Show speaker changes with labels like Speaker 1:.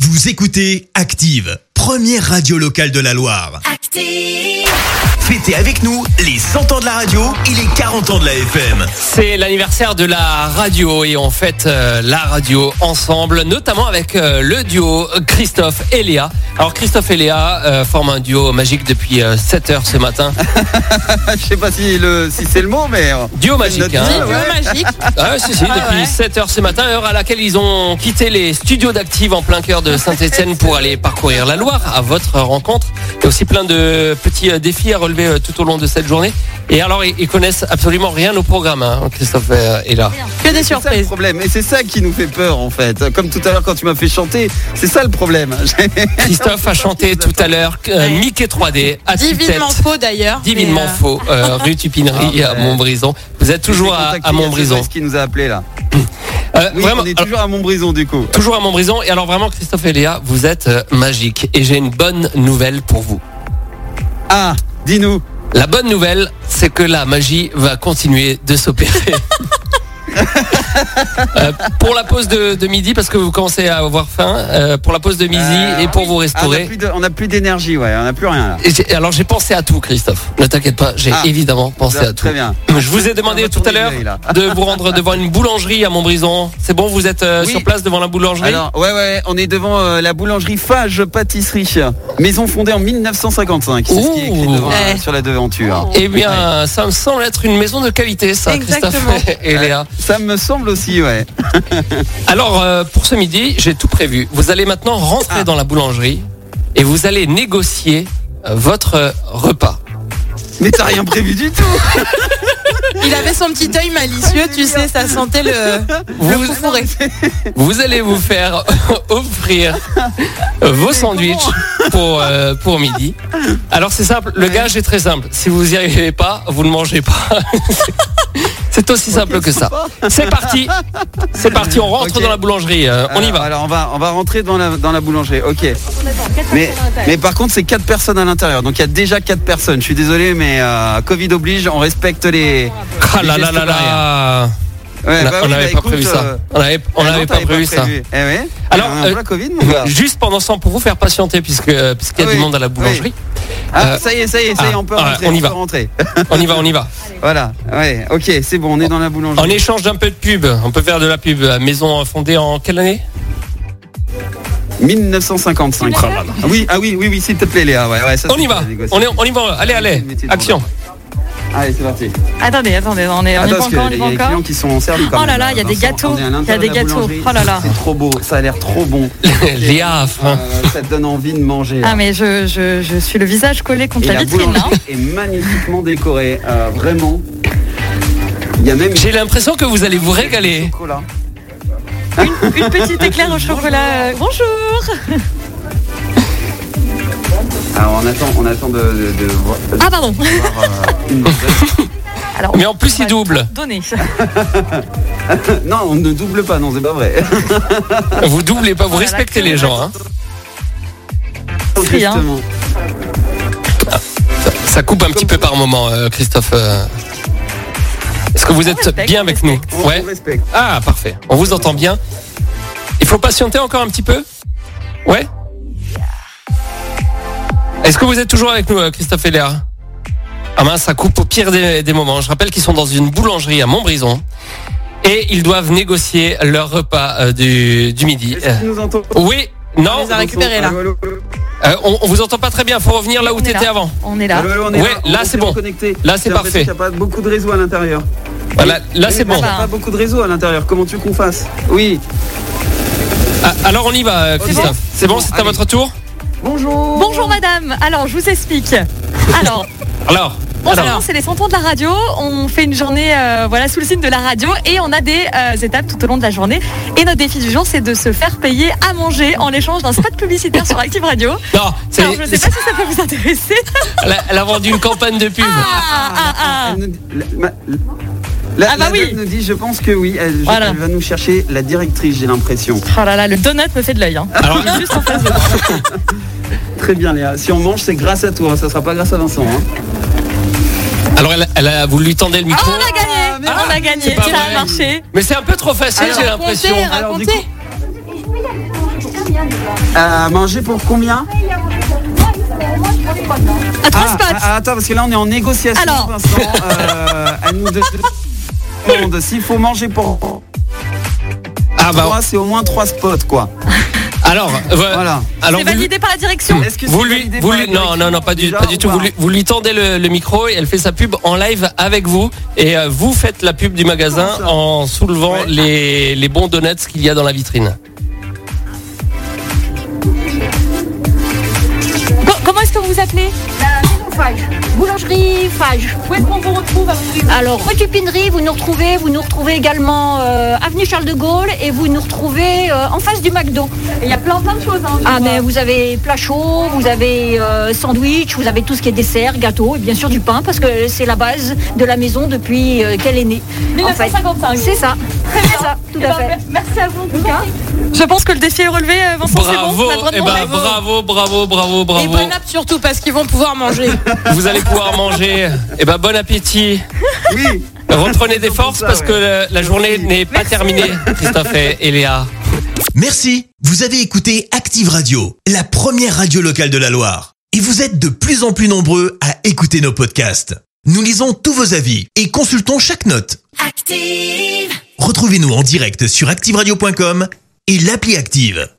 Speaker 1: Vous écoutez Active, première radio locale de la Loire. Fêtez avec nous les 100 ans de la radio et les 40 ans de la FM.
Speaker 2: C'est l'anniversaire de la radio et on fête euh, la radio ensemble, notamment avec euh, le duo Christophe et Léa. Alors Christophe et Léa euh, forment un duo magique depuis 7 heures ce matin.
Speaker 3: Je sais pas si, le, si c'est le mot, mais. euh,
Speaker 2: Duo
Speaker 3: notre
Speaker 2: magique, hein
Speaker 3: duo, ouais.
Speaker 4: magique.
Speaker 2: Ah, si, si,
Speaker 4: Ah,
Speaker 2: depuis
Speaker 4: ouais.
Speaker 2: 7 heures ce matin, heure à laquelle ils ont quitté les studios d'Active en plein cœur de Saint-Etienne pour aller parcourir la Loire à votre rencontre. Il y a aussi plein de petits euh, défis à relever euh, tout au long de cette journée. Et alors, ils ils connaissent absolument rien au programme, hein, Christophe euh, est là.
Speaker 4: Que des
Speaker 3: C'est ça le
Speaker 4: surprises.
Speaker 3: problème. Et c'est ça qui nous fait peur, en fait. Comme tout à l'heure, quand tu m'as fait chanter, c'est ça le problème.
Speaker 2: Christophe a chanté tout à l'heure euh, Mickey 3D à tue-tête.
Speaker 4: Divinement faux d'ailleurs.
Speaker 2: Ah, Divinement
Speaker 4: Mais, euh,
Speaker 2: faux, euh, rue Tupinerie
Speaker 3: Ah ouais.
Speaker 2: à Montbrison. Vous êtes toujours à, à Montbrison.
Speaker 3: C'est qui nous a appelé là.
Speaker 2: Euh,
Speaker 3: hein, Oui,
Speaker 2: vraiment,
Speaker 3: on est
Speaker 2: alors,
Speaker 3: toujours à Montbrison, du coup.
Speaker 2: toujours à Montbrison. Et alors vraiment, Christophe et Léa, vous êtes euh, magiques. Et j'ai une bonne nouvelle pour vous.
Speaker 3: Ah, dis-nous.
Speaker 2: La bonne nouvelle, c'est que la magie va continuer de s'opérer. Euh, pour la pause de, de midi, parce que vous commencez à avoir faim, euh, pour la pause de midi
Speaker 3: Euh,
Speaker 2: et pour vous
Speaker 3: Ah, on a
Speaker 2: restaurer.
Speaker 3: plus de- on n'a plus d'énergie, ouais. On n'a plus rien là.
Speaker 2: Et j'ai- alors j'ai pensé à tout, Christophe. Ne t'inquiète pas, j'ai
Speaker 3: Ah.
Speaker 2: évidemment pensé à tout.
Speaker 3: Très bien.
Speaker 2: Je vous ai
Speaker 3: On
Speaker 2: demandé
Speaker 3: va
Speaker 2: tout à
Speaker 3: tourner
Speaker 2: l'heure
Speaker 3: l'œil, là.
Speaker 2: de vous rendre devant une boulangerie à Montbrison. C'est bon, vous êtes euh,
Speaker 3: Oui.
Speaker 2: sur place devant la boulangerie
Speaker 3: Alors, ouais, ouais, on est devant euh, la boulangerie Fage Pâtisserie, maison fondée en 1955. C'est ce qui est écrit
Speaker 2: Ouh.
Speaker 3: devant,
Speaker 4: Ouais.
Speaker 3: sur la devanture.
Speaker 2: Eh bien, ça me semble être une maison de qualité, ça, Christophe
Speaker 4: Exactement.
Speaker 2: et Léa.
Speaker 3: Euh, Ça me semble aussi, ouais.
Speaker 2: Alors, euh, pour ce midi, j'ai tout prévu. Vous allez maintenant rentrer
Speaker 3: Ah.
Speaker 2: dans la boulangerie et vous allez négocier euh, votre euh, repas.
Speaker 3: Mais t'as rien prévu du tout.
Speaker 4: Il avait son petit œil malicieux, tu sais, ça sentait le,
Speaker 3: Ah,
Speaker 4: le
Speaker 2: Vous,
Speaker 4: foufouré.
Speaker 2: vous allez vous faire offrir vos sandwichs pour, euh, pour midi. Alors, c'est simple, le gage est très simple. Si vous n'y arrivez pas, vous ne mangez pas. C'est aussi simple que ça. C'est parti. C'est parti, on rentre
Speaker 3: Ok.
Speaker 2: dans la boulangerie. euh, on y
Speaker 3: Alors,
Speaker 2: va.
Speaker 3: Alors, on va, on va rentrer dans la, dans la boulangerie. Ok. Mais, mais par contre, c'est quatre personnes à l'intérieur. Donc, il y a déjà quatre personnes. Je suis désolé, mais euh, Covid oblige, on respecte les.
Speaker 2: Ah là là là là.
Speaker 3: Ouais,
Speaker 2: On a-
Speaker 3: bah
Speaker 2: on
Speaker 3: oui,
Speaker 2: n'avait
Speaker 3: bah
Speaker 2: pas
Speaker 3: écoute,
Speaker 2: prévu
Speaker 3: euh,
Speaker 2: ça. On n'avait on
Speaker 3: ah non,
Speaker 2: n'avait pas
Speaker 3: t'avais
Speaker 2: prévu ça.
Speaker 3: Eh ouais.
Speaker 2: Alors,
Speaker 3: On a un
Speaker 2: euh,
Speaker 3: plat Covid, nous, là.
Speaker 2: Juste pendant ce temps, pour vous faire patienter, puisque euh, puisqu'il y a
Speaker 3: Oui,
Speaker 2: du monde à la boulangerie,
Speaker 3: Ah,
Speaker 2: euh,
Speaker 3: ça y est, ça y est, ça y est,
Speaker 2: ah,
Speaker 3: on peut
Speaker 2: ah,
Speaker 3: rentrer.
Speaker 2: on y
Speaker 3: peut
Speaker 2: va.
Speaker 3: rentrer.
Speaker 2: on y va, on y va.
Speaker 3: Voilà, ouais, ok, c'est bon, on est dans la boulangerie.
Speaker 2: En échange d'un peu de pub, on peut faire de la pub. euh, Maison fondée en quelle année
Speaker 3: 1955. Ah oui, ah oui, oui, oui, s'il te plaît, Léa. Ouais, ouais, ça,
Speaker 2: Oh, On
Speaker 3: c'est
Speaker 2: y va,
Speaker 3: pas négocié.
Speaker 2: on, est, on y va. Allez, allez, action.
Speaker 3: Allez, c'est parti.
Speaker 5: Attendez, attendez, on est, on y
Speaker 3: Attends,
Speaker 5: va
Speaker 3: parce
Speaker 5: encore, on
Speaker 3: qu'il y
Speaker 5: y va
Speaker 3: a des
Speaker 5: encore.
Speaker 3: clients qui sont servis quand
Speaker 5: Oh là
Speaker 3: même,
Speaker 5: là, il y a des
Speaker 3: Vincent.
Speaker 5: gâteaux,
Speaker 3: On est à
Speaker 5: il y a
Speaker 3: l'intérieur
Speaker 5: des
Speaker 3: de la
Speaker 5: gâteaux.
Speaker 3: boulangerie.
Speaker 5: Oh là là.
Speaker 3: C'est trop beau, ça a l'air trop bon.
Speaker 2: Léa a faim.
Speaker 3: Euh, ça te donne envie de manger.
Speaker 5: Ah mais je, je, je suis le visage collé
Speaker 3: Et
Speaker 5: contre la
Speaker 3: la
Speaker 5: vitrine.
Speaker 3: boulangerie
Speaker 5: hein.
Speaker 3: est magnifiquement décorée, euh, vraiment. Il y a même
Speaker 2: J'ai l'impression que vous allez vous régaler.
Speaker 3: chocolat.
Speaker 5: Une petite éclair au chocolat. euh, Bonjour.
Speaker 3: Alors on attend, on attend de, de- de voir de
Speaker 5: Ah pardon.
Speaker 3: voir, euh, une vraie-
Speaker 5: Alors,
Speaker 2: Mais en plus, il double.
Speaker 5: Donnez.
Speaker 3: Non, on ne double pas, non, c'est pas vrai.
Speaker 2: Vous doublez pas, vous
Speaker 5: Oh là là,
Speaker 2: respectez
Speaker 5: que
Speaker 2: les
Speaker 5: on
Speaker 2: gens. hein.
Speaker 5: Tri, hein.
Speaker 3: Justement.
Speaker 2: Ça coupe un petit peu par moment, euh, Christophe. euh. Est-ce que vous êtes
Speaker 5: respecte,
Speaker 2: bien
Speaker 5: on
Speaker 2: avec nous
Speaker 3: On,
Speaker 2: Ouais.
Speaker 3: on respecte.
Speaker 2: Ah, parfait. On vous entend bien. Il faut patienter encore un petit peu Ouais Est-ce que vous êtes toujours avec nous, euh, Christophe et Léa Ah mince, ça coupe au pire des, des moments. Je rappelle qu'ils sont dans une boulangerie à Montbrison et ils doivent négocier leur repas euh, du, du midi.
Speaker 3: Est-ce
Speaker 2: Euh, Oh,
Speaker 3: qu'il nous entend
Speaker 2: oui
Speaker 4: On
Speaker 2: Non
Speaker 4: les a récupérés là.
Speaker 3: Allô, allô,
Speaker 2: Euh, on, on vous entend pas très bien, faut revenir là où
Speaker 5: On est
Speaker 2: t'étais
Speaker 5: là.
Speaker 2: avant.
Speaker 5: On est là.
Speaker 3: allô, allô, on est
Speaker 2: Ouais,
Speaker 3: on
Speaker 2: là,
Speaker 3: est
Speaker 2: c'est bon.
Speaker 3: connecté.
Speaker 2: Là, c'est
Speaker 3: J'ai l'impression
Speaker 2: parfait.
Speaker 3: qu'il n'y a pas beaucoup de réseau à l'intérieur.
Speaker 2: Voilà, là Ah, c'est
Speaker 3: Oui,
Speaker 2: bon.
Speaker 3: Il n'y a pas beaucoup de réseau à l'intérieur. Comment tu veux qu'on fasse Oui.
Speaker 2: Ah, alors on y va, euh, Christophe. C'est bon, c'est à
Speaker 3: allez.
Speaker 2: votre tour
Speaker 3: Bonjour.
Speaker 5: Bonjour madame. Alors je vous explique. Alors,
Speaker 2: Alors,
Speaker 5: bonjour,
Speaker 2: alors,
Speaker 5: c'est les 100 ans de la radio. On fait une journée euh, voilà sous le signe de la radio et on a des euh, étapes tout au long de la journée. Et notre défi du jour, c'est de se faire payer à manger en échange d'un spot publicitaire sur Active Radio.
Speaker 2: non, c'est-
Speaker 5: Alors je ne sais pas si ça peut vous intéresser.
Speaker 2: elle, a, elle a vendu une campagne de pub.
Speaker 5: Ah, ah, ah.
Speaker 3: Elle nous dit- la- ma- la-
Speaker 5: Ah bah
Speaker 3: la
Speaker 5: oui.
Speaker 3: dame nous dit, je pense que oui. Elle, je-
Speaker 5: Voilà.
Speaker 3: elle va nous chercher la directrice, j'ai l'impression.
Speaker 5: Oh là là, le donut me fait de l'œil. hein.
Speaker 2: Alors,
Speaker 5: Il est juste en face de moi.
Speaker 3: Très bien, Léa. Si on mange, c'est grâce à toi. Ça sera pas grâce à Vincent. hein.
Speaker 2: Alors, elle, elle a, vous lui tendez le micro.
Speaker 5: On a gagné,
Speaker 3: Ah,
Speaker 5: on a
Speaker 2: c'est
Speaker 5: gagné,
Speaker 2: pas
Speaker 5: ça
Speaker 2: vrai.
Speaker 5: a marché.
Speaker 2: Mais c'est un peu trop facile, j'ai l'impression.
Speaker 4: Racontez,
Speaker 3: Alors, du
Speaker 4: racontez.
Speaker 3: Euh, manger pour combien
Speaker 6: À trois
Speaker 3: Ah,
Speaker 6: spots.
Speaker 3: ah, attends, parce que là, on est en négociation.
Speaker 6: Alors.
Speaker 3: Vincent. Euh, elle nous de- demande s'il faut manger pour
Speaker 2: Ah bah
Speaker 3: trois, c'est au moins trois spots, quoi.
Speaker 2: alors euh,
Speaker 3: Voilà.
Speaker 2: alors
Speaker 6: C'est
Speaker 2: vous-
Speaker 6: validé par la direction.
Speaker 3: Est-ce que
Speaker 2: Vous
Speaker 3: c'est
Speaker 2: lui,
Speaker 3: validé
Speaker 2: vous
Speaker 3: par la
Speaker 2: lui- non,
Speaker 3: direction
Speaker 2: non, non, pas du,
Speaker 3: déjà
Speaker 2: pas du
Speaker 3: ou
Speaker 2: tout. Vous lui, vous lui tendez le, le micro et elle fait sa pub en live avec vous. Et euh, vous faites la pub du magasin
Speaker 3: Comment ça
Speaker 2: en soulevant
Speaker 3: Ouais.
Speaker 2: les, les bons donuts qu'il y a dans la vitrine.
Speaker 6: Co- Comment est-ce que vous vous appelez
Speaker 5: Fage. Boulangerie Fage.
Speaker 6: Où est-ce qu'on vous retrouve à vous
Speaker 5: Alors, rue Cupinerie, vous nous retrouvez. Vous nous retrouvez également euh, avenue Charles de Gaulle et vous nous retrouvez euh, en face du McDo.
Speaker 6: Il y a plein plein de choses. hein, je
Speaker 5: Ah,
Speaker 6: vois.
Speaker 5: mais vous avez plat chaud, vous avez euh, sandwich, vous avez tout ce qui est dessert, gâteau et bien sûr du pain parce que c'est la base de la maison depuis euh, qu'elle est née. en fait.
Speaker 6: 1955.
Speaker 5: C'est ça. C'est ça, tout
Speaker 6: Eh
Speaker 5: à
Speaker 6: ben,
Speaker 5: fait.
Speaker 6: mer- Merci à vous en tout cas. Je pense que le défi est relevé, euh,
Speaker 4: Ah,
Speaker 6: Vincent. c'est bon,
Speaker 2: Bravo,
Speaker 6: on a le droit de
Speaker 2: eh ben,
Speaker 6: manger.
Speaker 2: bravo, bravo, bravo,
Speaker 4: Et
Speaker 2: bravo.
Speaker 4: bonne app surtout parce qu'ils vont pouvoir manger.
Speaker 2: Vous allez pouvoir manger. Et ben bon appétit.
Speaker 3: Oui.
Speaker 2: Reprenez des forces
Speaker 3: ça,
Speaker 2: parce
Speaker 3: ouais.
Speaker 2: que la, la journée n'est pas terminée. Christophe et- et Léa.
Speaker 1: Merci. Vous avez écouté Active Radio, la première radio locale de la Loire. Et vous êtes de plus en plus nombreux à écouter nos podcasts. Nous lisons tous vos avis et consultons chaque note. Active Retrouvez-nous en direct sur activeradio.com et l'appli Active.